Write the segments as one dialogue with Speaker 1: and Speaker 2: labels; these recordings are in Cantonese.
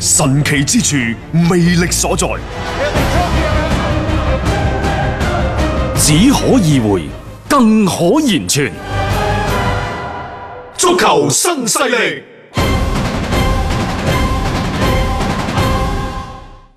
Speaker 1: 神奇之處，魅力所在，
Speaker 2: 只可意會，更可言傳。
Speaker 3: 足球新勢力。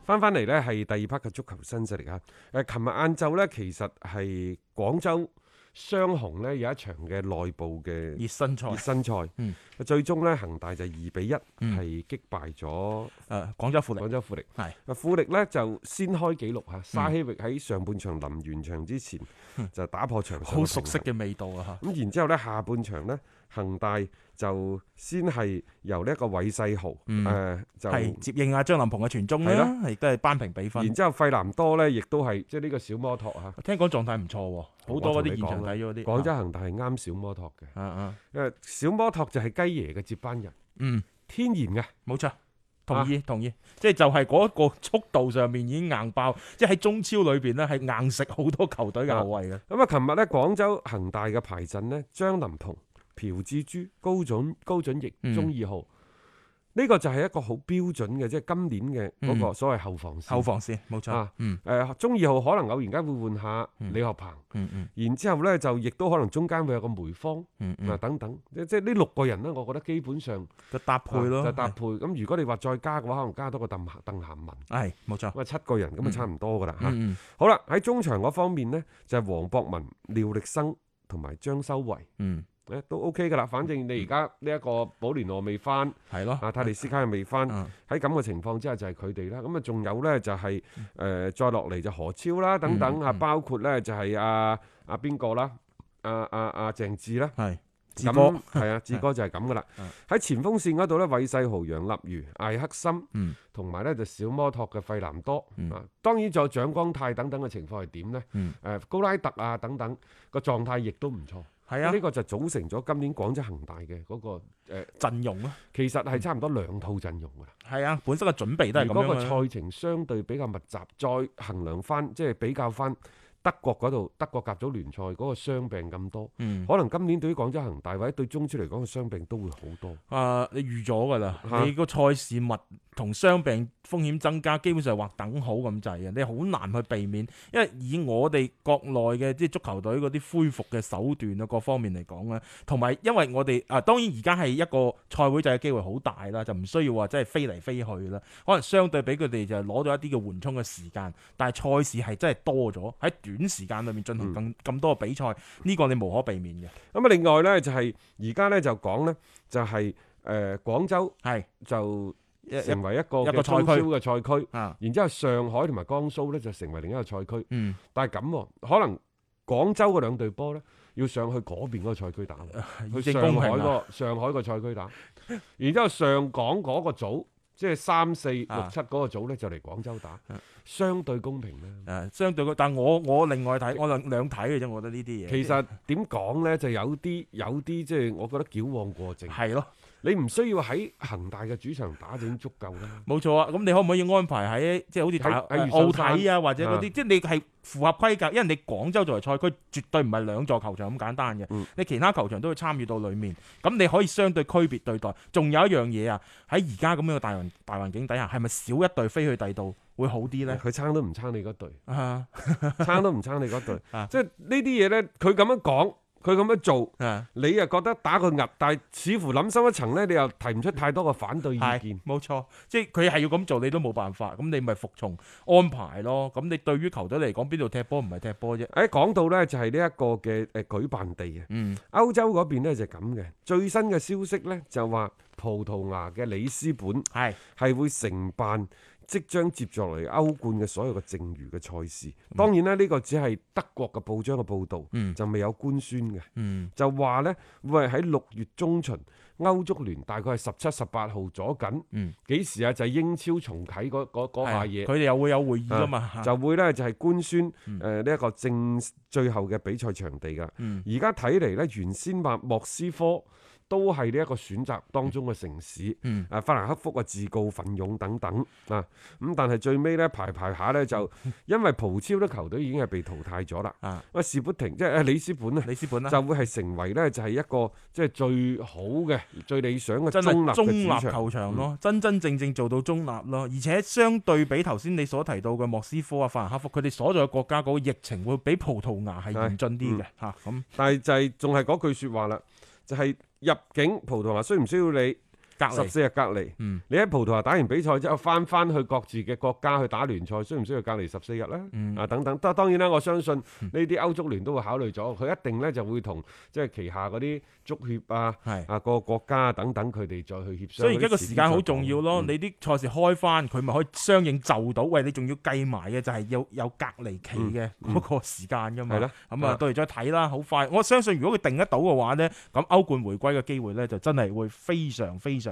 Speaker 4: 翻翻嚟呢係第二 part 嘅足球新勢力嚇。誒，琴日晏晝呢，其實係廣州雙雄呢有一場嘅內部嘅
Speaker 5: 熱身賽
Speaker 4: 熱，身賽，
Speaker 5: 嗯
Speaker 4: 最終呢，恒大就二比一
Speaker 5: 嗯
Speaker 4: 係擊敗咗
Speaker 5: 誒啊廣州富力
Speaker 4: 廣州富力。
Speaker 5: 係嗯
Speaker 4: 啊，富力呢就先開紀錄嚇，沙希域喺上半場臨完場之前就打破場上
Speaker 5: 好熟悉
Speaker 4: 嘅
Speaker 5: 嘅味道啊
Speaker 4: 平衡。咁然之後呢，下半場呢，恒大就先係由呢一個韋世豪誒、
Speaker 5: 嗯
Speaker 4: 就
Speaker 5: 嚇，。係接應阿張林鵬嘅傳中
Speaker 4: 係
Speaker 5: 啦
Speaker 4: 啦，
Speaker 5: 亦都係扳平比
Speaker 4: 然
Speaker 5: 分。
Speaker 4: 之後，費南多呢亦都係即係呢個小摩托嚇，
Speaker 5: 聽講狀態唔錯喎，好多嗰啲現場睇咗嗰啲。
Speaker 4: 啊廣州恒大係啱小摩托嘅，
Speaker 5: 啊啊，
Speaker 4: 因為小摩托就係雞爺嘅接班人，
Speaker 5: 嗯，
Speaker 4: 天然嘅。
Speaker 5: 冇錯。同
Speaker 4: 啊
Speaker 5: 意同意，即係就係嗰個速度上面已經硬爆，即係喺中超裏邊呢，係硬食好多球隊嘅後衞嘅。
Speaker 4: 咁啊，琴日呢，廣州恒大嘅排陣呢，張林鵬、朴志洙、高準、高準翼、
Speaker 5: 嗯
Speaker 4: 中二號，呢、個就係一個好標準嘅，即係今年嘅嗰個
Speaker 5: 嗯
Speaker 4: 所謂後防線。
Speaker 5: 後防線冇錯
Speaker 4: 啊，
Speaker 5: 嗯
Speaker 4: 誒中二號可能偶然間會換下
Speaker 5: 嗯
Speaker 4: 李學鵬，
Speaker 5: 嗯嗯
Speaker 4: 然之後呢，就亦都可能中間會有個梅芳
Speaker 5: 嗯
Speaker 4: 啊
Speaker 5: 嗯，
Speaker 4: 等等，即即係呢六個人呢，我覺得基本上
Speaker 5: 個搭配
Speaker 4: 啊
Speaker 5: 咯，
Speaker 4: 就搭配。咁如果你話再加嘅話，可能加多個鄧鄧涵文，
Speaker 5: 係冇錯。
Speaker 4: 咁啊七個人，咁啊差唔多噶啦嚇。
Speaker 5: 嗯嗯
Speaker 4: 好啦，喺中場嗰方面呢，就係、黃博文、廖力生同埋張修維。
Speaker 5: 嗯，
Speaker 4: 誒都 OK 噶啦，反正你而家呢一個保連羅未翻，
Speaker 5: 係咯。
Speaker 4: 啊泰利斯卡又未翻，
Speaker 5: 嗯
Speaker 4: 喺咁嘅情況之下就係佢哋啦。咁啊，仲有呢，就係、誒、再落嚟就何超啦，等等
Speaker 5: 嗯
Speaker 4: 啊，
Speaker 5: 嗯
Speaker 4: 包括呢，就係阿阿邊個啦，阿阿阿鄭智啦。
Speaker 5: 係自
Speaker 4: 咁
Speaker 5: 波
Speaker 4: 係啊，志哥就係咁 噶啦
Speaker 5: 嗯。
Speaker 4: 喺前鋒線嗰度呢，韋世豪、楊立瑜、艾克森
Speaker 5: 嗯，
Speaker 4: 同埋呢就小摩托嘅費南多
Speaker 5: 嗯
Speaker 4: 啊。當然仲有蔣光泰等等嘅情況係點呢
Speaker 5: 嗯？
Speaker 4: 誒高拉特啊等等個狀態亦都唔錯。
Speaker 5: 係啊
Speaker 4: 呢個就組成咗今年廣州恒大嘅嗰個誒，
Speaker 5: 陣容咯，
Speaker 4: 其實係差唔多兩套陣容噶啦。
Speaker 5: 係啊，本身嘅準嗯備都係
Speaker 4: 如果
Speaker 5: 咁
Speaker 4: 個
Speaker 5: 樣嘅。
Speaker 4: 賽程相對比較密集，再衡量翻即係比較翻德國嗰度德國甲組聯賽嗰個傷病咁多。
Speaker 5: 嗯，
Speaker 4: 可能今年對於廣州恒大或者對中超嚟講，個傷病都會好多。
Speaker 5: 啊，你預咗㗎啦，啊
Speaker 4: 嚇
Speaker 5: 你個賽事物同傷病風險增加，基本上係劃等號咁滯嘅，你好難去避免。因為以我哋國內嘅即係足球隊嗰啲恢復嘅手段啊，各方面嚟講咧，同埋因為我哋啊，當然而家係一個賽會制嘅機會好大啦，就唔需要話真係飛嚟飛去啦。可能相對俾佢哋就攞到一啲嘅緩衝嘅時間，但係賽事係真係多咗，喺短時間裏面進行更咁多嘅比賽，呢、個你無可避免嘅。
Speaker 4: 咁啊，另外呢，就係而家呢，就講呢，就係誒廣州
Speaker 5: 係
Speaker 4: 就
Speaker 5: 一一
Speaker 4: 成為一個
Speaker 5: 一個
Speaker 4: 嘅
Speaker 5: 賽
Speaker 4: 中
Speaker 5: 區
Speaker 4: 超嘅賽區，
Speaker 5: 啊，
Speaker 4: 然之後上海同埋江蘇呢，就成為另一個賽區。
Speaker 5: 嗯。
Speaker 4: 但係咁喎，可能廣州嗰兩隊波呢，要上去嗰邊嗰個賽區打，
Speaker 5: 啊以
Speaker 4: 去
Speaker 5: 正
Speaker 4: 上
Speaker 5: 公
Speaker 4: 海
Speaker 5: 平啊！
Speaker 4: 個上海個賽區打，然之後上港嗰個組。即係三四六
Speaker 5: 啊
Speaker 4: 七嗰個組呢，就嚟廣州打
Speaker 5: 啊，
Speaker 4: 相對公平啦。
Speaker 5: 誒，啊相對個，但我我另外睇，我兩兩睇嘅啫，我覺得呢啲嘢。
Speaker 4: 其實點講呢？就有啲有啲即係我覺得矯枉過正。
Speaker 5: 係咯，
Speaker 4: 你唔需要喺恒大嘅主場打就已經足夠啦。
Speaker 5: 冇錯啊。咁你可唔可以安排喺即係好似打
Speaker 4: 喺喺越秀
Speaker 5: 奧
Speaker 4: 山
Speaker 5: 體啊，或者嗰
Speaker 4: 啊
Speaker 5: 啲，即係你係符合規格，因為你廣州作為賽區，絕對唔係兩座球場咁簡單嘅。
Speaker 4: 嗯
Speaker 5: 你其他球場都會參與到裡面，咁你可以相對區別對待。仲有一樣嘢啊，喺而家咁樣嘅大環大環境底下，係咪少一隊飛去第度會好啲呢？
Speaker 4: 佢撐都唔撐你嗰隊，
Speaker 5: 啊
Speaker 4: 撐都唔撐你嗰隊
Speaker 5: 啊。
Speaker 4: 即係呢啲嘢呢，佢咁樣講，佢咁樣做，
Speaker 5: 啊，
Speaker 4: 你又覺得打佢岌，但係似乎諗深一層呢，你又提唔出太多嘅反對意
Speaker 5: 係
Speaker 4: 見。
Speaker 5: 冇錯，即係佢係要咁做，你都冇辦法，咁你咪服從安排咯。咁你對於球隊嚟講，邊度踢波唔係踢波啫？
Speaker 4: 誒講到呢，就係呢一個嘅誒舉辦地啊，
Speaker 5: 嗯，
Speaker 4: 歐洲嗰邊呢就係咁嘅。最新嘅消息呢，就話葡萄牙嘅里斯本
Speaker 5: 係
Speaker 4: 係會承辦即將接住落嚟歐冠嘅所有嘅剩餘嘅賽事。當然啦，呢個只係德國嘅報章嘅報導，
Speaker 5: 嗯
Speaker 4: 就未有官宣嘅。
Speaker 5: 嗯，
Speaker 4: 就話呢，會係喺六月中旬歐足聯大概係十七、十八號左緊，
Speaker 5: 嗯
Speaker 4: 幾時啊？就係英超重啟嗰嗰嗰
Speaker 5: 係啊
Speaker 4: 下嘢。
Speaker 5: 佢哋又會有會議噶嘛，
Speaker 4: 啊
Speaker 5: 嚇
Speaker 4: 就會呢，就係官宣
Speaker 5: 嗯
Speaker 4: 誒呢一個正最後嘅比賽場地㗎。
Speaker 5: 嗯
Speaker 4: 而家睇嚟呢，原先話莫斯科都係呢一個選擇當中嘅城市。
Speaker 5: 嗯
Speaker 4: 啊，法蘭克福啊，自告奮勇等等啊，咁但係最尾呢，排排下呢， 就因為葡超啲球隊已經係被淘汰咗啦。
Speaker 5: 啊，
Speaker 4: 啊，士砵亭即係誒里斯本啊，
Speaker 5: 里斯本啦，
Speaker 4: 就會係成為呢，就係一個即係最好嘅、最理想嘅
Speaker 5: 真
Speaker 4: 中立
Speaker 5: 係中
Speaker 4: 嘅主
Speaker 5: 立
Speaker 4: 場。嗯
Speaker 5: 球場咯，真真正正做到中立咯，而且相對比頭先你所提到嘅莫斯科啊、法蘭克福，佢哋所在嘅國家嗰個疫情會比葡萄牙係嚴峻啲嘅
Speaker 4: 嗯
Speaker 5: 嚇，咁
Speaker 4: 但係就係仲係嗰句説話啦，就係、入境葡萄牙需唔需要你
Speaker 5: 隔
Speaker 4: 十
Speaker 5: 離
Speaker 4: 四日隔離？
Speaker 5: 嗯
Speaker 4: 你喺葡萄牙打完比賽之後，翻翻去各自嘅國家去打聯賽，需唔需要隔離十四日呢？
Speaker 5: 嗯
Speaker 4: 啊，等等，當當然啦，我相信呢啲歐足聯都會考慮咗，佢一定呢就會同即係旗下嗰啲足協啊、
Speaker 5: 係。
Speaker 4: 啊個國家啊等等，佢哋再去協商。
Speaker 5: 所以而家個時間好重要咯，
Speaker 4: 嗯
Speaker 5: 你啲賽事開翻，佢咪可以相應就到。喂，你仲要計埋嘅就係有有隔離期嘅嗰個時間噶
Speaker 4: 嗯
Speaker 5: 嘛。
Speaker 4: 係啦
Speaker 5: 咁
Speaker 4: 係
Speaker 5: 啊
Speaker 4: 啦
Speaker 5: 到時再睇啦，好快。我相信如果佢定得到嘅話呢，咁歐冠回歸嘅機會呢，就真係會非常非常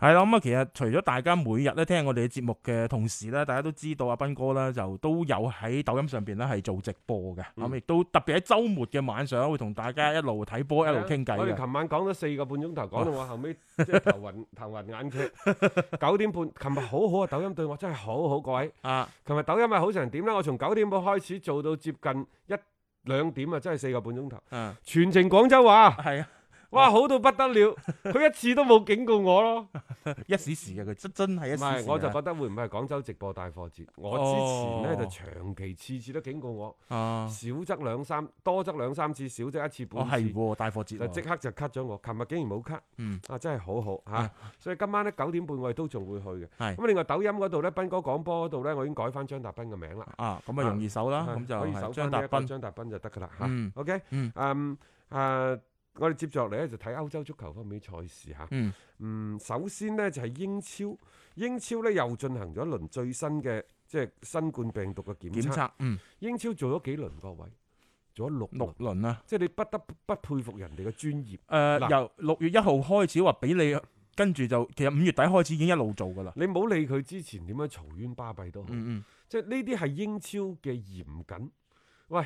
Speaker 5: 係啦，咁啊，其實除咗大家每日咧聽我哋嘅節目嘅同時咧，大家都知道阿啊斌哥啦，就都有喺抖音上邊咧係做直播嘅，
Speaker 4: 嗯
Speaker 5: 咁亦都特別喺週末嘅晚上會同大家一路睇波一路傾偈
Speaker 4: 啊我哋
Speaker 5: 嘅。
Speaker 4: 琴晚講咗四個半鐘頭，講到我後尾即係頭暈頭暈眼 劇。九點半，琴日好好啊！抖音對我真係好好，各位。
Speaker 5: 啊，
Speaker 4: 琴日抖音係好成點呢？我從九點半開始做到接近一兩點啊，真係四個半鐘頭，
Speaker 5: 嗯，
Speaker 4: 全程廣州 話，
Speaker 5: 係啊，
Speaker 4: 哇，好到不得了！佢一次都冇警告我咯。
Speaker 5: 一時時嘅佢真真 係一
Speaker 4: 唔
Speaker 5: 時時
Speaker 4: 係，
Speaker 5: 嘅。
Speaker 4: 我就覺得會唔會係廣州直播帶貨節？我之前呢，
Speaker 5: 哦
Speaker 4: 就長期次次都警告我，
Speaker 5: 啊，
Speaker 4: 少則兩三，多則兩三次，少則一次
Speaker 5: 哦
Speaker 4: 半
Speaker 5: 係
Speaker 4: 次。
Speaker 5: 喎，大貨節
Speaker 4: 就即
Speaker 5: 喎
Speaker 4: 刻就 cut 咗我，琴日竟然冇 cut，
Speaker 5: 嗯
Speaker 4: 啊真係好好嚇，所以今晚咧九點半我哋都仲會去嘅。
Speaker 5: 係
Speaker 4: 咁另外抖音嗰度咧，斌哥廣播嗰度咧，我已經改翻張達斌嘅名啦，
Speaker 5: 啊，咁啊容易搜啦，咁就
Speaker 4: 可以
Speaker 5: 係
Speaker 4: 搜翻
Speaker 5: 張達
Speaker 4: 呢一個
Speaker 5: 斌。
Speaker 4: 張達斌就得噶啦嚇。
Speaker 5: 嗯
Speaker 4: OK，
Speaker 5: 嗯
Speaker 4: 嗯啊，我哋接住落嚟咧就睇歐洲足球方面嘅賽事嚇。
Speaker 5: 嗯
Speaker 4: 嗯，首先呢，就係英超，英超咧又進行咗一輪最新嘅即係新冠病毒嘅檢
Speaker 5: 檢
Speaker 4: 測。
Speaker 5: 測嗯
Speaker 4: 英超做咗幾輪各位？做咗六輪，
Speaker 5: 六輪啦，
Speaker 4: 即係你不得不佩服人哋嘅專業。
Speaker 5: 誒
Speaker 4: 嗱
Speaker 5: 由六月一號開始話俾你，跟住就其實五月底開始已經一路做噶啦。
Speaker 4: 你唔好理佢之前點樣嘈冤巴閉都好，
Speaker 5: 嗯
Speaker 4: 即係呢啲係英超嘅嚴謹。喂，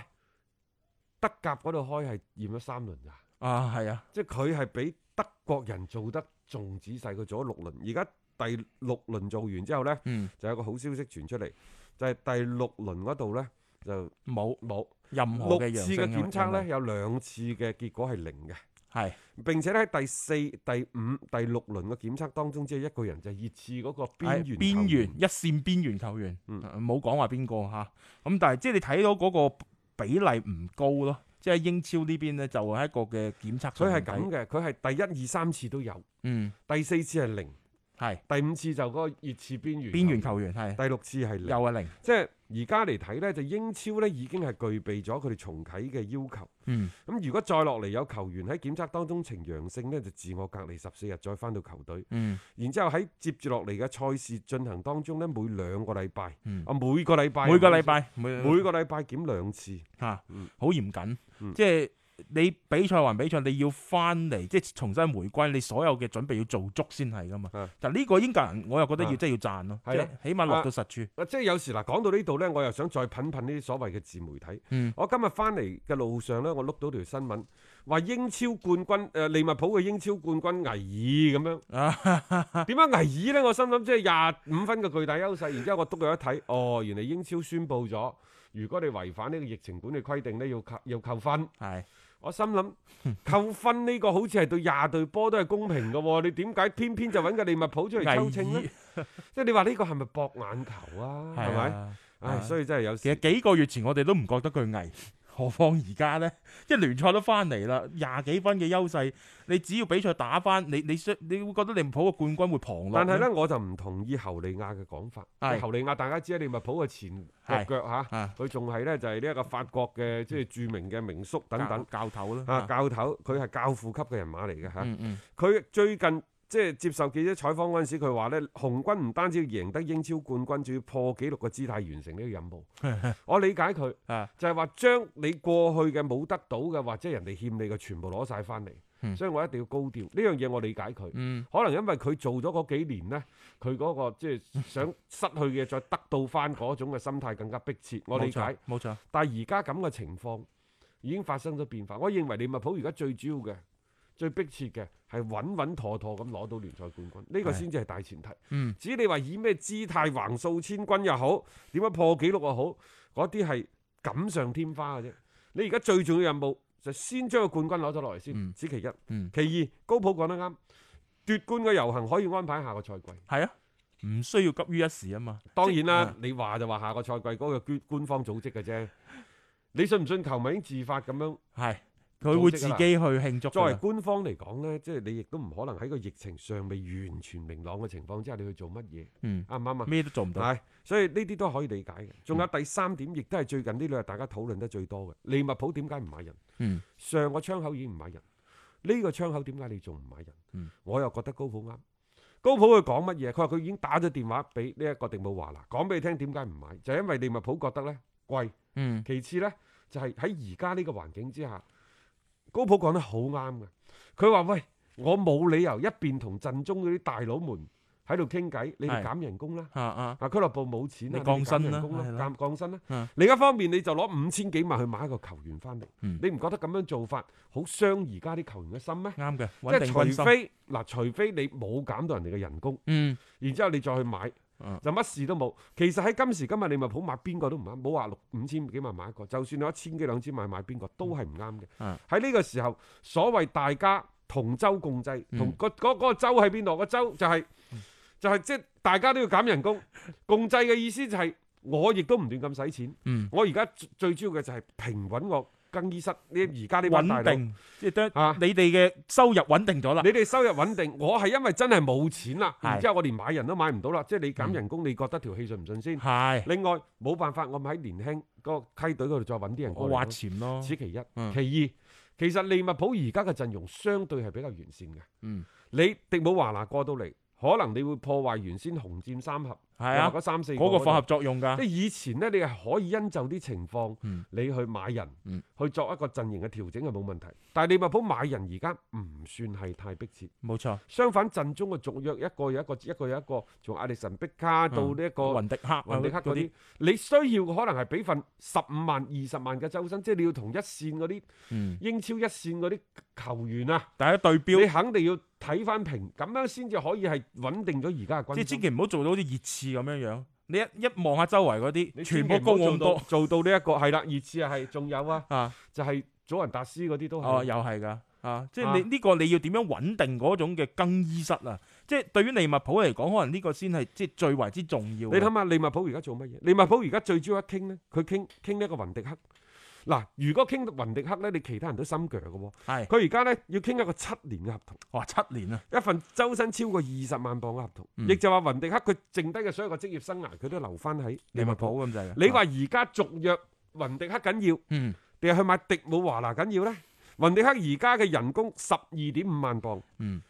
Speaker 4: 德甲嗰度開係驗咗三輪咋，
Speaker 5: 嗯，啊係啊，
Speaker 4: 即係佢係比德國人做得仲仔細，佢做咗六輪，而家第六輪做完之後呢，
Speaker 5: 嗯
Speaker 4: 就有個好消息傳出嚟，就係、第六輪嗰度呢，就
Speaker 5: 冇
Speaker 4: 冇
Speaker 5: 任何
Speaker 4: 六
Speaker 5: 嘅陽
Speaker 4: 次
Speaker 5: 性
Speaker 4: 嘅檢測呢，
Speaker 5: 因為
Speaker 4: 有兩次嘅結果係零嘅。
Speaker 5: 係
Speaker 4: 並且咧喺第四、第五、第六輪嘅檢測當中，只係一個人就係熱刺嗰個邊
Speaker 5: 係
Speaker 4: 緣
Speaker 5: 邊
Speaker 4: 球員
Speaker 5: 緣一線邊緣球員，
Speaker 4: 嗯
Speaker 5: 冇講話邊個嚇。咁但係即係你睇到嗰個比例唔高咯，即係英超呢邊呢，就係一個嘅檢測上
Speaker 4: 佢係
Speaker 5: 睇
Speaker 4: 咁，嘅，佢係第一、二、三次都有，
Speaker 5: 嗯
Speaker 4: 第四次係嗯零，
Speaker 5: 係
Speaker 4: 第五次就嗰個熱刺邊緣，
Speaker 5: 邊緣，球員係
Speaker 4: 第六次係
Speaker 5: 又
Speaker 4: 零。
Speaker 5: 係零，
Speaker 4: 即係而家嚟睇呢，就英超呢已經係具備咗佢哋重啟嘅要求。
Speaker 5: 嗯。
Speaker 4: 咁如果再落嚟有球員喺檢測當中呈陽性呢，就自我隔離十四日，再翻到球隊。
Speaker 5: 嗯
Speaker 4: 然之後喺接住落嚟嘅賽事進行當中呢，每兩個禮拜，
Speaker 5: 嗯
Speaker 4: 啊每個禮拜，
Speaker 5: 每個禮拜每
Speaker 4: 每個禮拜檢兩次。
Speaker 5: 嚇
Speaker 4: 嗯
Speaker 5: 好嚴謹，
Speaker 4: 嗯
Speaker 5: 即係你比賽還比賽，你要翻嚟即係重新回歸，你所有嘅準備要做足先係噶嘛
Speaker 4: 啊。
Speaker 5: 就呢個英格蘭，我又覺得要
Speaker 4: 啊
Speaker 5: 真係要賺咯，即
Speaker 4: 係啊
Speaker 5: 係起碼落到實處。
Speaker 4: 啊，即係有時嗱，講到呢度呢，我又想再品品呢啲所謂嘅自媒體。
Speaker 5: 嗯
Speaker 4: 我今日翻嚟嘅路上呢，我碌到條新聞，話英超冠軍誒、呃利物浦嘅英超冠軍危爾咁樣。點解危爾呢？我心諗即係廿五分嘅巨大優勢，然之後我篤佢一睇，哦，原來英超宣布咗，如果你違反呢個疫情管理規定呢，要扣要扣分。
Speaker 5: 係
Speaker 4: 我心諗扣分呢個好似係對廿隊波都係公平嘅喎，你點解偏偏就揾個利物浦出嚟抽
Speaker 5: 危
Speaker 4: 清呢？
Speaker 5: 險
Speaker 4: 即係你話呢個係咪博眼球啊？係咪？
Speaker 5: 啊
Speaker 4: 唉，
Speaker 5: 啊
Speaker 4: 所以真係有
Speaker 5: 其
Speaker 4: 時
Speaker 5: 實幾個月前我哋都唔覺得佢危，何況而家呢？ 即係聯賽都翻嚟啦，廿幾分嘅優勢，你只要比賽打翻，你你需你會覺得利物浦嘅冠軍會旁落。
Speaker 4: 但係咧，我就唔同意侯利亞嘅講法。
Speaker 5: 係
Speaker 4: 侯利亞大家知啊，利物浦嘅前腳
Speaker 5: 係
Speaker 4: 腳嚇
Speaker 5: 啊，
Speaker 4: 佢仲係咧就係呢一個法國嘅即係著名嘅名宿等等
Speaker 5: 教教頭啦，
Speaker 4: 啊教頭，佢係教父級嘅人馬嚟嘅嚇。
Speaker 5: 嗯嗯，
Speaker 4: 佢最近即係接受記者採訪嗰陣時，佢話咧紅軍唔單止要贏得英超冠軍，仲要破紀錄嘅姿態完成呢個任務。 我理解佢
Speaker 5: 啊
Speaker 4: 就係話將你過去嘅冇得到嘅，或者人哋欠你嘅全部攞晒翻嚟。
Speaker 5: 嗯
Speaker 4: 所以我一定要高調呢樣嘢，我理解佢。
Speaker 5: 嗯
Speaker 4: 可能因為佢做咗嗰幾年呢，佢嗰、個即係 想失去嘅再得到翻嗰種嘅心態更加迫切，我理
Speaker 5: 冇錯
Speaker 4: 解。
Speaker 5: 冇錯，
Speaker 4: 但係而家咁嘅情況已經發生咗變化，我認為利物浦而家最主要嘅、最迫切嘅係穩穩妥妥咁攞到聯賽冠軍，呢、個
Speaker 5: 係
Speaker 4: 先至係大前提。
Speaker 5: 嗯
Speaker 4: 至於你話以咩姿態橫掃千軍又好，點樣破紀錄又好，嗰啲係錦上添花嘅啫。你而家最重要任務就先將個冠軍攞咗落嚟先，
Speaker 5: 嗯
Speaker 4: 此其一。
Speaker 5: 嗯
Speaker 4: 其二，高普講得啱，奪冠嘅遊行可以安排下個賽季。
Speaker 5: 係啊，唔需要急於一時啊嘛，à,
Speaker 4: 當然啦
Speaker 5: 啊，
Speaker 4: 你話就話下個賽季嗰個官官方組織嘅啫。你信唔信球迷已經自發咁樣？
Speaker 5: 係佢會自己去慶祝㗎啦。
Speaker 4: 作為官方嚟講呢，即係你亦都唔可能喺個疫情尚未完全明朗嘅情況之下，你去做乜嘢？
Speaker 5: 嗯
Speaker 4: 啱唔啱啊？
Speaker 5: 咩都做唔到，嗯
Speaker 4: 係，所以呢啲都可以理解嘅。仲有第三點，亦都係最近呢兩日大家討論得最多嘅，利物浦點解唔買人？
Speaker 5: 嗯
Speaker 4: 上個窗口已經唔買人，呢、個窗口點解你仲唔買人？
Speaker 5: 嗯
Speaker 4: 我又覺得高普啱。高普佢講乜嘢？佢話佢已經打咗電話俾呢一個迪姆華拿，講俾你聽點解唔買，就係因為利物浦覺得呢貴。
Speaker 5: 嗯
Speaker 4: 其次呢，就係喺而家呢個環境之下，高普講得好啱嘅。佢話：喂，我冇理由一邊同陣中嗰啲大佬們喺度傾偈，你哋
Speaker 5: 係
Speaker 4: 減人工啦。
Speaker 5: 啊啊
Speaker 4: 啊，俱樂部冇錢啊，
Speaker 5: 你
Speaker 4: 哋減
Speaker 5: 降薪啦
Speaker 4: 人工
Speaker 5: 係
Speaker 4: 啦
Speaker 5: 啦，
Speaker 4: 減降薪啦
Speaker 5: 嗯。
Speaker 4: 另一方面，你就攞五千幾萬去買一個球員翻嚟，
Speaker 5: 嗯
Speaker 4: 你唔覺得咁樣做法好傷而家啲球員嘅心咩？
Speaker 5: 啱嘅，
Speaker 4: 即
Speaker 5: 啊穩
Speaker 4: 係
Speaker 5: 定軍
Speaker 4: 除
Speaker 5: 心，
Speaker 4: 非嗱，除非你冇減到人哋嘅人工，
Speaker 5: 嗯
Speaker 4: 然之後你再去買
Speaker 5: 嗯，
Speaker 4: 就乜事都冇。其實喺今時今日，利物浦買邊個都唔啱，冇話六五千幾萬買一個，就算你一千幾兩千萬買邊個都係唔啱嘅
Speaker 5: 嗯。
Speaker 4: 喺呢個時候，所謂大家同舟共濟，
Speaker 5: 嗯
Speaker 4: 同個嗰嗰個舟喺邊度？個舟就係就係即係大家都要減人工，共濟嘅意思就係我亦都唔斷咁使錢。
Speaker 5: 嗯，
Speaker 4: 我而家最最主要嘅就係平穩我更衣室呢而家呢班大
Speaker 5: 穩
Speaker 4: 佬。
Speaker 5: 定，即係得
Speaker 4: 啊
Speaker 5: 你哋嘅收入穩定 咗啦，
Speaker 4: 你哋收入穩定，我係因為真係冇錢啦，
Speaker 5: 係嗯
Speaker 4: 然之後我連買人都買唔到啦，即係你減人工，你覺得條氣順唔順先？
Speaker 5: 係
Speaker 4: 另外冇辦法，我咪喺年輕個梯隊嗰度再揾啲人過
Speaker 5: 我
Speaker 4: 嚟咯
Speaker 5: 挖潛咯，
Speaker 4: 此其一，
Speaker 5: 嗯
Speaker 4: 其二，其實利物浦而家嘅陣容相對係比較完善嘅。
Speaker 5: 嗯，
Speaker 4: 你迪姆華拿過到嚟，可能你會破壞原先紅箭三合，
Speaker 5: 係
Speaker 4: 又
Speaker 5: 啊
Speaker 4: 話嗰，三四
Speaker 5: 嗰個
Speaker 4: 嗰
Speaker 5: 化合
Speaker 4: 度。
Speaker 5: 作用㗎
Speaker 4: 即。係以前呢，你係可以因就啲情況，
Speaker 5: 嗯
Speaker 4: 你去買人，
Speaker 5: 嗯
Speaker 4: 去作一個陣型嘅調整係冇問題。但係利物浦買人而家唔算係太迫切。
Speaker 5: 冇錯，
Speaker 4: 相反，陣中嘅續約一個又一個，一個又一個，從艾力神、碧卡
Speaker 5: Ừ.
Speaker 4: 到呢一個
Speaker 5: 嗯雲迪克啊、
Speaker 4: 雲迪克嗰啲，你需要嘅可能係俾份十五萬、二十萬嘅周薪，即係你要同一線嗰啲
Speaker 5: 嗯，
Speaker 4: 英超一線嗰啲球員啊，
Speaker 5: 大家對
Speaker 4: 你
Speaker 5: 標，
Speaker 4: 肯定要睇翻平，咁樣先至可以係穩定咗而家嘅軍
Speaker 5: 即係
Speaker 4: 心。
Speaker 5: 千祈唔好做到好似熱刺咁樣樣。你一一望下周圍嗰
Speaker 4: 你
Speaker 5: 啲，
Speaker 4: 千
Speaker 5: 全
Speaker 4: 祈
Speaker 5: 部
Speaker 4: 唔
Speaker 5: 高
Speaker 4: 好做
Speaker 5: 我咁
Speaker 4: 到
Speaker 5: 多
Speaker 4: 做到呢一個係啦，熱刺係，仲有啊，
Speaker 5: 啊！
Speaker 4: 就係祖雲達斯嗰啲都
Speaker 5: 哦，
Speaker 4: 係。
Speaker 5: 又係㗎啊！即
Speaker 4: 啊
Speaker 5: 係你呢個你要點樣穩定嗰種嘅更衣室啊？即係對於利物浦嚟講，可能呢個先係即係最為之重要嘅。
Speaker 4: 你諗下利物浦而家做乜嘢？利物浦而家最主要一傾呢，佢傾傾呢一個雲迪克。嗱，如果傾雲迪克呢，你其他人都心腳嘅喎。
Speaker 5: 係
Speaker 4: 佢而家呢，要傾一個七年嘅合同，
Speaker 5: 哇七年啊，
Speaker 4: 一份周薪超過二十萬磅嘅合同，
Speaker 5: 嗯
Speaker 4: 亦、就話雲迪克佢剩低嘅所有嘅職業生涯，佢都留翻喺
Speaker 5: 利物浦咁滯嘅。啊
Speaker 4: 你話而家續約雲迪克緊要，
Speaker 5: 嗯
Speaker 4: 定係去買迪姆華拿緊要呢？雲迪克而家嘅人工十二點五萬磅。
Speaker 5: 嗯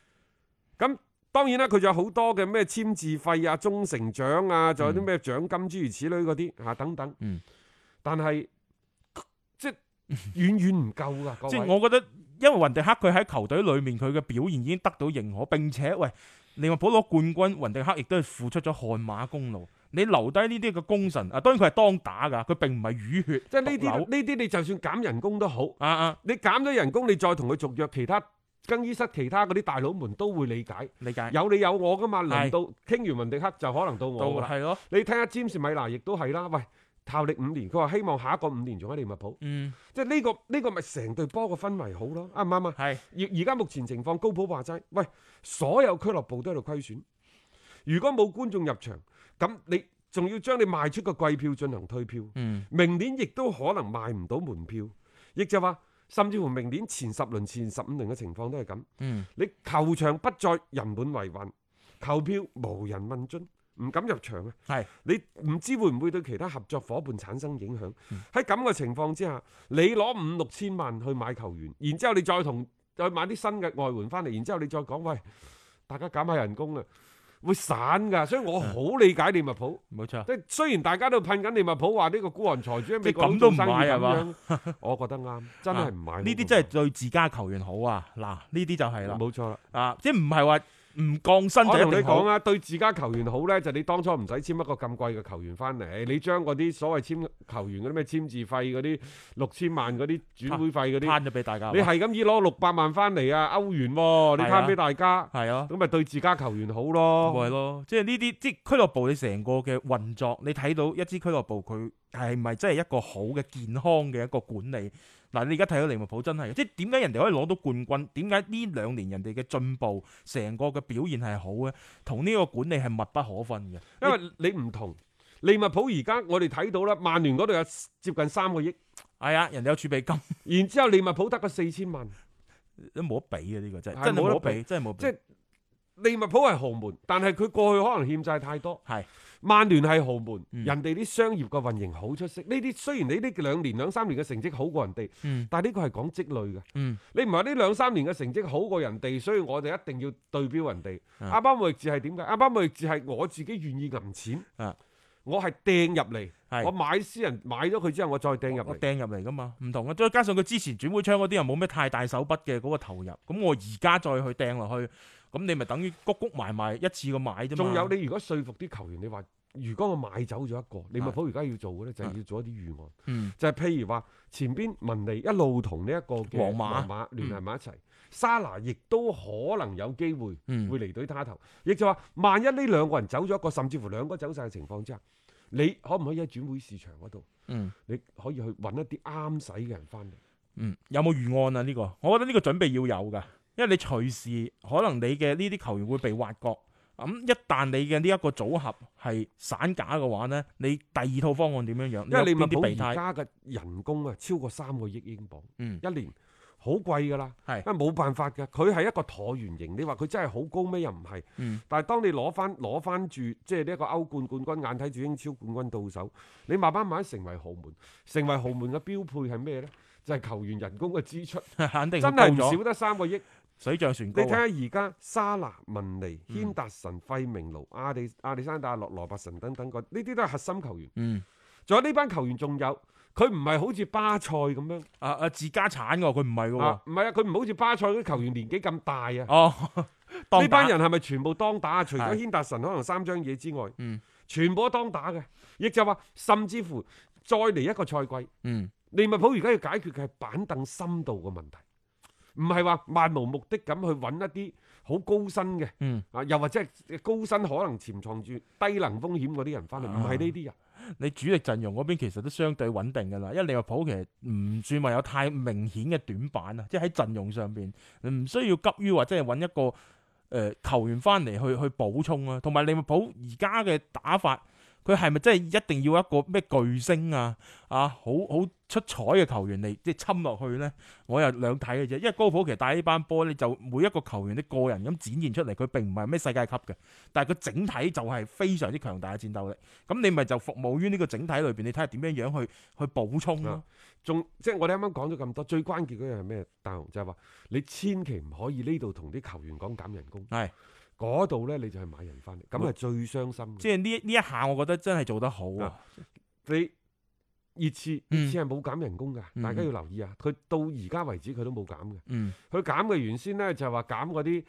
Speaker 4: 咁當然啦，佢仲有好多嘅咩簽字費啊、忠誠獎啊，仲有啲咩獎金諸如此類嗰啲嚇等等。
Speaker 5: 嗯
Speaker 4: 但係即係遠遠唔夠噶，各
Speaker 5: 嗯即係
Speaker 4: 位。
Speaker 5: 我覺得，因為雲迪克佢喺球隊裏面佢嘅表現已經得到認可，並且喂利物浦攞冠軍，雲迪克亦都係付出咗汗馬功勞。你留低呢啲嘅功臣啊，當然佢係當打㗎，佢並唔係淤血，
Speaker 4: 即係呢啲
Speaker 5: 毒瘤
Speaker 4: 呢啲，你就算減人工都好，
Speaker 5: 啊啊，
Speaker 4: 你減咗人工，你再同佢續約，其他更衣室其他嗰啲大佬們都會理解，
Speaker 5: 理解
Speaker 4: 有你有我噶嘛。輪
Speaker 5: 係
Speaker 4: 到傾完雲迪克就可能到
Speaker 5: 到
Speaker 4: 我啦。
Speaker 5: 係咯，
Speaker 4: 你睇下詹士米拿亦都係啦，喂，效力五年，佢話希望下一個五年仲喺利物浦，
Speaker 5: 嗯
Speaker 4: 即係呢個呢個咪成隊波嘅氛圍好咯，啱唔啱啊？
Speaker 5: 係
Speaker 4: 而而家目前情況，高普話齋，喂，所有俱樂部都喺度虧損。如果冇觀眾入場，咁你仲要將你賣出嘅貴票進行退票。
Speaker 5: 嗯
Speaker 4: 明年亦都可能賣唔到門票，亦就話甚至乎明年前十輪、前十五輪嘅情況都係咁。
Speaker 5: 嗯，
Speaker 4: 你球場不再人滿為患，球票無人問津，唔敢入場啊！
Speaker 5: 係
Speaker 4: 你唔知會唔會對其他合作伙伴產生影響？喺咁嘅情況之下，你攞五六千萬去買球員，然之後你再同再買啲新嘅外援翻嚟，然之後你再講喂，大家減下人工啊，會散㗎。所以我好理解利物浦。
Speaker 5: 冇錯。
Speaker 4: 即係雖然大家都噴緊利物浦話呢個孤寒財主喺美國
Speaker 5: 即係咁都唔
Speaker 4: 做生意
Speaker 5: 買係
Speaker 4: 咁樣，我覺得啱，真係唔買好過。
Speaker 5: 呢啲真係對自家球員好啊！嗱，呢啲就係啦，
Speaker 4: 冇錯啦。
Speaker 5: 啊，即係唔係話唔降薪
Speaker 4: 我
Speaker 5: 就一
Speaker 4: 同你
Speaker 5: 定好
Speaker 4: 講，啊，對自家球員好呢，就你當初唔使簽一個咁貴嘅球員翻嚟，你將嗰啲所謂簽球員嗰啲咩簽字費嗰啲六千萬嗰啲轉會費嗰啲，
Speaker 5: 攤咗俾大家。
Speaker 4: 你係咁意攞六百萬翻嚟啊歐元喎，你
Speaker 5: 係啊
Speaker 4: 攤俾大家，
Speaker 5: 係啊，
Speaker 4: 咁咪對自家球員好
Speaker 5: 咪係
Speaker 4: 咯。
Speaker 5: 咯，即係呢啲即係俱樂部你成個嘅運作，你睇到一支俱樂部佢係咪真係一個好嘅健康嘅一個管理？嗱，你而家睇到利物浦真係，即係點解人哋可以攞到冠軍？點解呢兩年人哋嘅進步，成個嘅表現係好咧？同呢個管理係密不可分嘅。
Speaker 4: 因為你唔同利物浦而家我哋睇到啦，曼聯嗰度有接近三個億，
Speaker 5: 係啊，人哋有儲備金，
Speaker 4: 然之後利物浦得個四千萬。
Speaker 5: 都冇得比啊！呢個真係
Speaker 4: 係
Speaker 5: 真係冇
Speaker 4: 冇
Speaker 5: 得
Speaker 4: 得
Speaker 5: 比，真係冇得比。
Speaker 4: 即係利物浦係豪門，但係佢過去可能欠債太多。
Speaker 5: 係
Speaker 4: 曼聯係豪門，
Speaker 5: 嗯
Speaker 4: 人哋啲商業嘅運營好出色。呢啲雖然你呢兩年兩三年嘅成績好過人哋，
Speaker 5: 嗯
Speaker 4: 但係呢個係講積累嘅。
Speaker 5: 嗯
Speaker 4: 你唔係呢兩三年嘅成績好過人哋，所以我哋一定要對標人哋。
Speaker 5: 嗯
Speaker 4: 阿巴莫域治係點解？阿巴莫域治係我自己願意揞錢，
Speaker 5: 啊
Speaker 4: 我係掟入嚟，
Speaker 5: 係
Speaker 4: 我買私人買咗佢之後，我再掟入
Speaker 5: 我
Speaker 4: 嚟。
Speaker 5: 掟入嚟噶嘛，唔同啊！再加上佢之前轉會窗嗰啲又冇咩太大手筆嘅嗰個投入，咁我而家再去掟落去，咁你咪等於谷谷埋埋一次過買啫嘛。
Speaker 4: 仲有你如果說服啲球員，你話如果我買走咗一個，利物浦而家要做嘅咧就
Speaker 5: 係
Speaker 4: 係要做一啲預案。
Speaker 5: 嗯
Speaker 4: 就係譬如話前邊文尼一路同呢一個嘅
Speaker 5: 皇馬嗯
Speaker 4: 馬聯繫埋一齊，沙拿亦都可能有機會
Speaker 5: 嗯
Speaker 4: 會離隊他頭，亦就話萬一呢兩個人走咗一個，甚至乎兩個走晒嘅情況之下，你可唔可以喺轉會市場嗰度，
Speaker 5: 嗯
Speaker 4: 你可以去揾一啲啱使嘅人翻嚟？
Speaker 5: 嗯，有冇預案啊？呢個我覺得呢個準備要有噶，因為你隨時可能你嘅呢啲球員會被挖角。咁一旦你嘅呢一個組合係散架嘅話呢，你第二套方案點樣樣？
Speaker 4: 因為利物
Speaker 5: 你有邊
Speaker 4: 浦
Speaker 5: 啲備
Speaker 4: 而
Speaker 5: 胎？
Speaker 4: 家嘅人工啊超過三個億英鎊
Speaker 5: 嗯
Speaker 4: 一年。好貴㗎啦，因
Speaker 5: 係
Speaker 4: 為冇辦法㗎，佢係一個橢圓形。你話佢真係好高咩？又唔係。
Speaker 5: 嗯
Speaker 4: 但係當你攞翻攞翻住即係呢一個歐冠冠軍，眼睇住英超冠軍到手，你慢慢慢慢成為豪門，成為豪門嘅標配係咩呢？就係、球員人工嘅支出，
Speaker 5: 肯定
Speaker 4: 真
Speaker 5: 會
Speaker 4: 係唔
Speaker 5: 高咗
Speaker 4: 少得三個億。
Speaker 5: 水漲船
Speaker 4: 你
Speaker 5: 高啊。
Speaker 4: 睇下而家沙拿、文尼、
Speaker 5: 嗯
Speaker 4: 軒達臣、費明奴、阿里亞歷山大、洛羅伯神等等個，呢啲都係核心球員。
Speaker 5: 嗯。
Speaker 4: 仲有呢班球員仲有，佢唔係好似巴塞咁樣
Speaker 5: 啊啊自家產喎，佢唔係嘅喎
Speaker 4: 啊，。唔係啊，佢唔好似巴塞啲球員年紀咁大啊。
Speaker 5: 哦， 當
Speaker 4: 呢班
Speaker 5: 打
Speaker 4: 人係咪全部當打啊？除咗
Speaker 5: 係
Speaker 4: 軒達臣可能三張嘢之外，
Speaker 5: 嗯
Speaker 4: 全部都當打嘅，亦就話甚至乎再嚟一個賽季，
Speaker 5: 嗯
Speaker 4: 利物浦而家要解決嘅係板凳深度嘅問題，唔係話漫無目的咁去揾一啲好高薪嘅
Speaker 5: 嗯，
Speaker 4: 啊，又或者係高薪可能潛藏住低能風險嗰啲人
Speaker 5: 啊
Speaker 4: 翻嚟，唔係呢啲人。
Speaker 5: 你主力陣容嗰邊其實都相對穩定㗎啦，因為利物浦其實唔算話有太明顯嘅短板啊，即係喺陣容上邊，你唔需要急於話即係揾一個誒、呃球員翻嚟去去補充啊，同埋利物浦而家嘅打法。佢係咪真係一定要一個咩巨星啊啊好好出彩嘅球員嚟即係侵落去呢？我又兩睇嘅啫，因為高普其實帶呢班波咧，就每一個球員啲個人咁展現出嚟，佢並唔係咩世界級嘅，但係佢整體就係非常之強大嘅戰鬥力。咁你咪就服務於呢個整體裏邊，你睇下點樣樣去去補充咯
Speaker 4: 啊。仲即係我哋啱啱講咗咁多，最關鍵嗰樣係咩？大雄就係話你千祈唔可以呢度同啲球員講減人工，
Speaker 5: 係啊
Speaker 4: 嗰度呢，你就去買人翻嚟，啊咁啊係最傷心嘅。
Speaker 5: 即係呢呢一下，我覺得真係做得好啊
Speaker 4: 啊！你熱刺
Speaker 5: 嗯
Speaker 4: 熱刺係冇減人工㗎，
Speaker 5: 嗯
Speaker 4: 大家要留意啊！佢到而家為止佢都冇減嘅，
Speaker 5: 嗯，
Speaker 4: 佢減嘅原先呢，就係話減嗰啲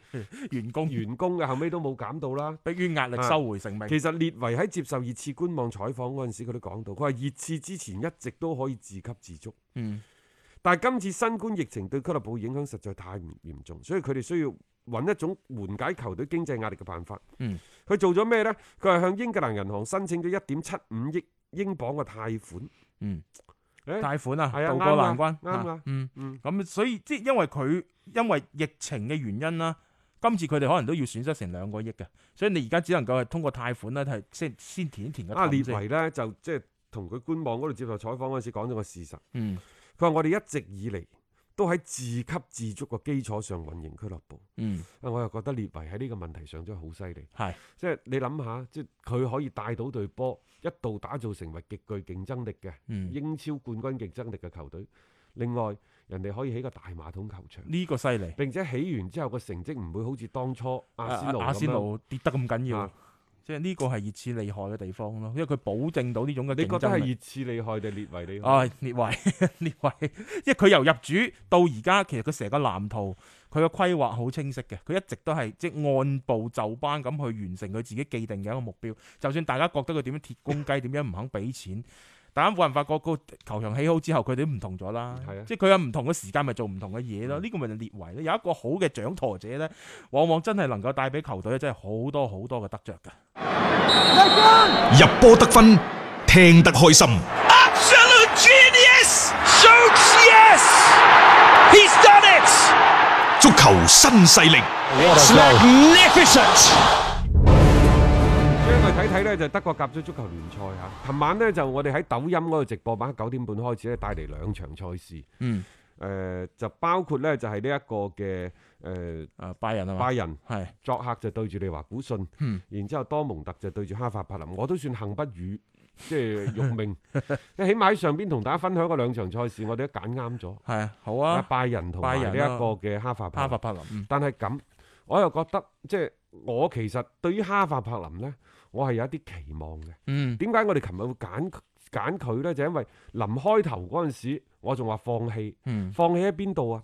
Speaker 5: 員工
Speaker 4: 員工啊嘅，後尾都冇減到啦。
Speaker 5: 嗯迫於壓力收回成命。
Speaker 4: 其實列維喺接受熱刺官網採訪嗰陣時，佢都講到，佢話熱刺之前一直都可以自給自足，
Speaker 5: 嗯
Speaker 4: 但係今次新冠疫情對俱樂部影響實在太唔嚴重，所以佢哋需要揾一種緩解球隊經濟壓力嘅辦法。
Speaker 5: 嗯，
Speaker 4: 佢做咗咩呢？佢係向英格蘭銀行申請咗一點七五億英鎊嘅貸款。
Speaker 5: 嗯，
Speaker 4: 誒
Speaker 5: 貸款啊，
Speaker 4: 係啊
Speaker 5: 渡過
Speaker 4: 啱
Speaker 5: 難
Speaker 4: 啊
Speaker 5: 關
Speaker 4: 啱啊
Speaker 5: 啊嗯
Speaker 4: 嗯。
Speaker 5: 咁所以即係因為佢因為疫情嘅原因啦，今次佢哋可能都要損失成兩個億嘅，所以你而家只能夠係通過貸款咧，係先先填一填個
Speaker 4: 阿啊列
Speaker 5: 氹先。
Speaker 4: 維呢，就即係同佢官網嗰度接受採訪嗰陣時講咗個事實，
Speaker 5: 嗯
Speaker 4: 佢話我哋一直以嚟都喺自給自足嘅基礎上運營俱樂部。
Speaker 5: 嗯，
Speaker 4: 啊，我又覺得列維喺呢個問題上真係好犀利。
Speaker 5: 係
Speaker 4: 即係你諗下，即係佢可以帶到隊波一度打造成為極具競爭力嘅、
Speaker 5: 嗯
Speaker 4: 英超冠軍競爭力嘅球隊。另外，人哋可以起個大馬桶球場，
Speaker 5: 呢個犀利。
Speaker 4: 並且起完之後個成績唔會好似當初阿仙奴
Speaker 5: 啊阿
Speaker 4: 咁
Speaker 5: 仙
Speaker 4: 樣。
Speaker 5: 奴跌得咁緊要
Speaker 4: 啊，
Speaker 5: 即係呢個係熱刺厲害嘅地方咯，因為佢保證到呢種嘅
Speaker 4: 你覺
Speaker 5: 競
Speaker 4: 得
Speaker 5: 爭
Speaker 4: 係
Speaker 5: 力。啊
Speaker 4: 熱刺厲害定列維厲害？
Speaker 5: 唉，列維 列維，因為佢由入主到而家，其實佢成個藍圖，佢嘅規劃好清晰嘅，佢一直都係即係按部就班咁去完成佢自己既定嘅一個目標。就算大家覺得佢點樣鐵公雞，點樣唔肯俾錢，大家冇人發覺個球場起好之後，佢哋都唔同咗啦。
Speaker 4: 係啊嗯
Speaker 5: 即係佢有唔同嘅時間，咪做唔同嘅嘢咯。呢、個咪就列維咧，有一個好嘅掌舵者咧，往往真係能夠帶俾球隊真係好多好多嘅得着嘅。
Speaker 3: 入波得分，聽得開心。足球新勢力，magnificent！
Speaker 4: 因為睇睇呢，就德國甲組足球聯賽嚇，琴晚呢，就我哋喺抖音嗰度直播版九點半開始咧帶嚟兩場賽事，誒、
Speaker 5: 嗯，
Speaker 4: 就包括呢，就係呢一個嘅誒、
Speaker 5: 啊拜仁啊嘛
Speaker 4: 拜，仁。
Speaker 5: 係
Speaker 4: 作客就對住利華古信，
Speaker 5: 嗯
Speaker 4: 然之後多蒙特就對住哈法柏林，我都算幸不語，即係辱命。 即起碼喺上邊同大家分享嗰兩場賽事，我哋都揀啱咗，
Speaker 5: 係啊，好啊，
Speaker 4: 拜仁同埋
Speaker 5: 拜
Speaker 4: 呢
Speaker 5: 仁
Speaker 4: 一個嘅哈法柏
Speaker 5: 哈
Speaker 4: 林
Speaker 5: 佛。柏林。嗯
Speaker 4: 但係咁，我又覺得即係我其實對於哈法柏林呢，我係有一啲期望嘅。
Speaker 5: 嗯
Speaker 4: 點解我哋琴日會揀揀佢呢？就因為臨開頭嗰陣時，我仲話放棄，
Speaker 5: 嗯
Speaker 4: 放棄喺邊度啊？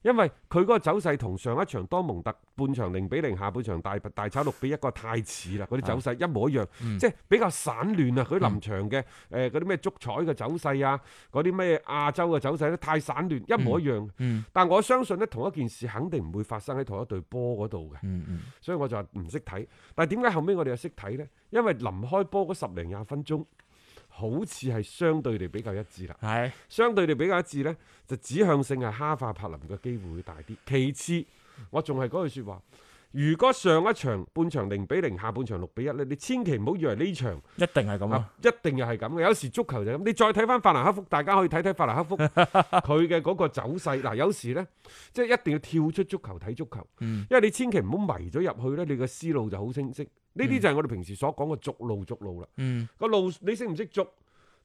Speaker 4: 因為佢嗰個走勢同上一場多蒙特半場零比零，下半場大大炒六比一個太似啦，嗰啲走勢一模一樣，
Speaker 5: 啊嗯
Speaker 4: 即係比較散亂啊！佢啲臨場嘅誒嗰啲咩足彩嘅走勢啊，嗰啲咩亞洲嘅走勢咧，太散亂，一模一樣。
Speaker 5: 嗯
Speaker 4: 但我相信咧，同一件事肯定唔會發生喺同一隊波嗰度嘅，
Speaker 5: 嗯嗯
Speaker 4: 所以我就話唔識睇。但係點解後尾我哋又識睇呢？因為臨開波嗰十零廿分鐘，好似係相對地比較一致啦。
Speaker 5: 係
Speaker 4: 相對地比較一致呢，就指向性係哈化柏林嘅機會會大啲。其次，我仲係嗰句説話，如果上一場半場零比零，下半場六比一呢，你千祈唔好以為呢場
Speaker 5: 一定係咁
Speaker 4: 啊
Speaker 5: 啊！
Speaker 4: 一定又係咁嘅。有時足球就係咁，你再睇翻法蘭克福，大家可以睇睇法蘭克 福佢嘅嗰個走勢。嗱，有時呢，即係一定要跳出足球睇足球，
Speaker 5: 嗯
Speaker 4: 因為你千祈唔好迷咗入去呢，你個思路就好清晰。呢啲就係我哋平時所講嘅逐路逐路啦。
Speaker 5: 嗯
Speaker 4: 個路你識唔識捉，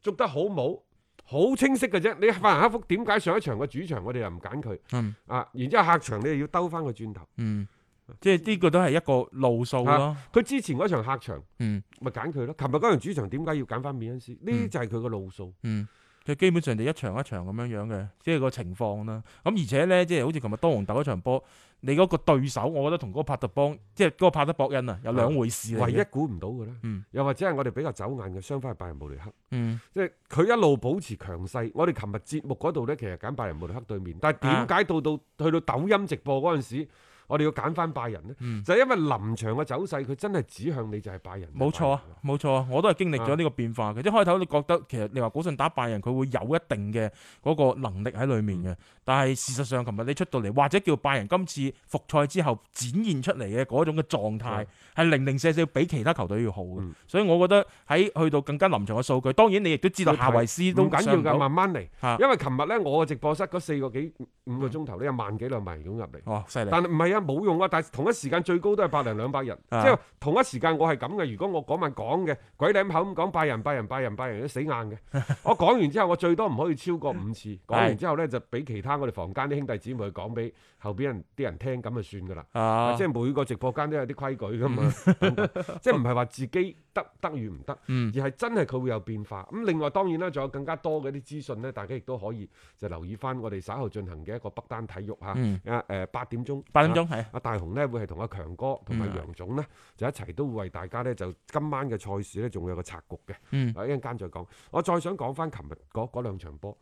Speaker 4: 捉得好冇，好清晰嘅啫。你法蘭克福點解上一場嘅主場我哋又唔揀佢
Speaker 5: 嗯
Speaker 4: 啊？然之後客場你又要兜翻個轉頭。
Speaker 5: 嗯，啊即係呢個都係一個路數咯。
Speaker 4: 佢之前嗰場客場
Speaker 5: 嗯
Speaker 4: 咪揀佢咯，琴日嗰場主場點解要揀翻美恩斯？呢啲就係佢個路數。
Speaker 5: 嗯，佢基本上就一場一場咁樣樣嘅，即係個情況啦。咁而且咧，即係好似琴日多蒙特嗰場波，你嗰個對手，我覺得同嗰個帕特邦，即係嗰個帕特博恩啊，有兩回事嚟
Speaker 4: 唯一
Speaker 5: 嘅。
Speaker 4: 估唔到嘅咧，
Speaker 5: 嗯
Speaker 4: 又或者係我哋比較走眼嘅，相反係拜仁慕尼黑，
Speaker 5: 嗯
Speaker 4: 即係佢一路保持強勢。我哋琴日節目嗰度呢，其實揀拜仁慕尼黑對面，但係
Speaker 5: 啊
Speaker 4: 點解到到去到抖音直播嗰陣時，我哋要揀翻拜仁呢？
Speaker 5: 嗯，
Speaker 4: 就係因為臨場嘅走勢，佢真係指向你就係拜仁。
Speaker 5: 冇錯啊，冇錯啊，我都係經歷咗呢個變化嘅。即係開頭你覺得其實你話古信打拜仁，佢會有一定嘅嗰個能力喺裏
Speaker 4: 嗯
Speaker 5: 面嘅。但係事實上，琴日你出到嚟，或者叫拜仁今次復賽之後展現出嚟嘅嗰種嘅狀態
Speaker 4: 嗯，
Speaker 5: 係零零舍舍比其他球隊要好嘅。
Speaker 4: 嗯
Speaker 5: 所以我覺得喺去到更加臨場嘅數據，當然你亦都知道
Speaker 4: 你睇
Speaker 5: 夏維斯都
Speaker 4: 唔緊要
Speaker 5: 上唔到啊
Speaker 4: 㗎，慢慢嚟
Speaker 5: 嚇。
Speaker 4: 因為琴日咧，我嘅直播室嗰四個幾五個鐘頭咧，有萬幾兩萬人咁入嚟。
Speaker 5: 哦，犀利，
Speaker 4: 但係唔係啊，冇用啊！但係同一時間最高都係百零兩百人，即
Speaker 5: 啊
Speaker 4: 係同一時間我係咁嘅。如果我嗰晚講嘅鬼舐口咁講拜仁拜仁拜仁拜仁都死硬 嘅。我講完之後，我最多唔可以超過五次。講完之後呢，就俾其他我哋房間啲兄弟姊妹講俾後邊人啲人聽，咁就算㗎啦。
Speaker 5: 啊，
Speaker 4: 即係每個直播間都有啲規矩㗎 嘛，等等即係唔係話自己得得與唔得，
Speaker 5: 嗯
Speaker 4: 而係真係佢會有變化。咁另外當然啦，仲有更加多嘅一啲資訊呢，大家亦都可以就留意翻我哋稍後進行嘅一個北單體育嚇，
Speaker 5: 嗯
Speaker 4: 啊誒八點鐘，
Speaker 5: 八點
Speaker 4: 啊。
Speaker 5: 鐘係
Speaker 4: 阿大雄呢會係同阿強哥同埋
Speaker 5: 嗯
Speaker 4: 楊總呢，就一齊都會為大家呢，就今晚嘅賽事呢，仲會有個拆局嘅。
Speaker 5: 嗯
Speaker 4: 啊一陣間再講。我再想講翻琴日嗰嗰兩場波。誒、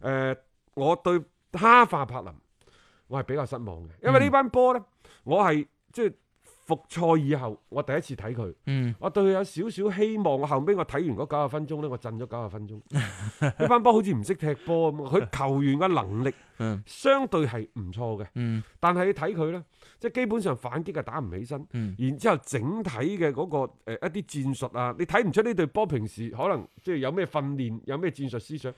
Speaker 4: 呃我對
Speaker 5: 嗯
Speaker 4: 哈化柏林我係比較失望嘅，因為呢班波呢，我係即係復賽以後，我第一次睇佢，
Speaker 5: 嗯，
Speaker 4: 我對佢有少少希望。我後尾我睇完嗰九十分鐘呢，我震咗九十分鐘。 呢班波好似唔識踢波咁，佢球員嘅能力
Speaker 5: 嗯
Speaker 4: 相對係唔錯嘅，
Speaker 5: 嗯
Speaker 4: 但係你睇佢呢，即係基本上反擊係打唔起身。
Speaker 5: 嗯
Speaker 4: 然之後整體嘅嗰、個、呃、一啲戰術啊，你睇唔出呢隊波平時可能即係有咩訓練，有咩戰術思想，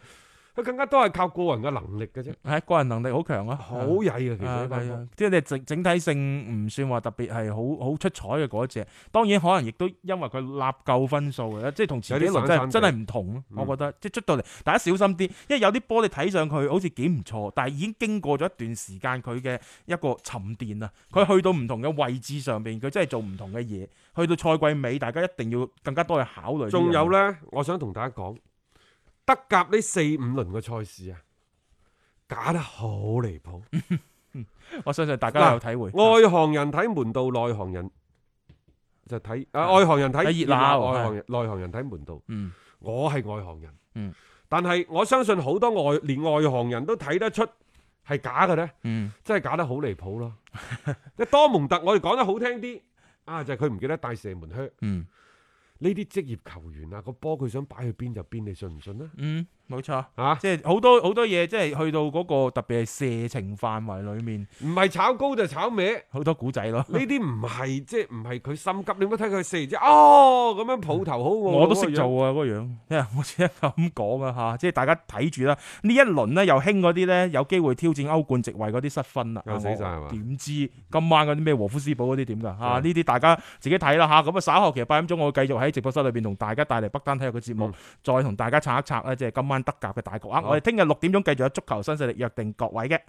Speaker 4: 佢更加多係靠個人嘅能力嘅啫，
Speaker 5: 嗯係個人能力好強啊，
Speaker 4: 好曳嘅其實呢
Speaker 5: 啊，
Speaker 4: 班
Speaker 5: 係
Speaker 4: 波
Speaker 5: 啊，即係你整整體性唔算話特別係好好出彩嘅嗰只，當然可能亦都因為佢立夠分數嘅，即係同前幾輪真
Speaker 4: 有
Speaker 5: 係
Speaker 4: 啲散散地
Speaker 5: 真係唔同咯。
Speaker 4: 嗯
Speaker 5: 我覺得即係出到嚟，大家小心啲，因為有啲波你睇上佢好似幾唔錯，但係已經經過咗一段時間佢嘅一個沉澱啊，佢去到唔同嘅位置上邊，佢真係做唔同嘅嘢。去到賽季尾，大家一定要更加多去考慮。
Speaker 4: 仲有，呢，我想同大家講，德甲呢四五輪嘅賽事啊，假得好離譜。
Speaker 5: 嗯我相信大家有體會。
Speaker 4: 外行人睇門道，內行人就睇啊！外行人睇
Speaker 5: 睇熱鬧
Speaker 4: 外
Speaker 5: 係
Speaker 4: 行人內行人睇門道。
Speaker 5: 嗯
Speaker 4: 我係外行人，
Speaker 5: 嗯，
Speaker 4: 但係我相信好多外連外行人都睇得出係假嘅咧，
Speaker 5: 嗯
Speaker 4: 真係假得好離譜 咯。即係多蒙特，我哋講得好聽啲啊，就係佢唔記得帶射門靴。
Speaker 5: 嗯
Speaker 4: 呢啲職業球員啊，個波佢想擺去邊就邊，你信唔信呢？
Speaker 5: 嗯，冇錯。
Speaker 4: 啊，
Speaker 5: 即係好多好多嘢，即係去到嗰個特別係射程範圍裡面，
Speaker 4: 唔係炒高就炒歪。
Speaker 5: 好多古仔咯。
Speaker 4: 呢啲唔係即係唔係佢心急，你冇睇佢射完之後哦咁樣抱頭好餓
Speaker 5: 我都識
Speaker 4: 嗰個樣
Speaker 5: 做啊，嗰個樣，因為我只係咁講啊吓，即係大家睇住啦。呢一輪呢，又興嗰啲呢，有機會挑戰歐冠席位嗰啲失分啦。
Speaker 4: 又死晒係嘛哦
Speaker 5: 我點知今晚嗰啲咩和夫斯堡嗰啲點㗎吓？
Speaker 4: 係
Speaker 5: 呢啲大家自己睇啦吓。咁啊，稍後其實八點鐘我會繼續喺直播室裏邊同大家帶嚟北單體育嘅節目，
Speaker 4: 嗯
Speaker 5: 再同大家拆一拆啦，即係今晚德甲嘅大局啊。
Speaker 4: 好
Speaker 5: 我哋聽日六點鐘繼續有足球新勢力約定各位嘅。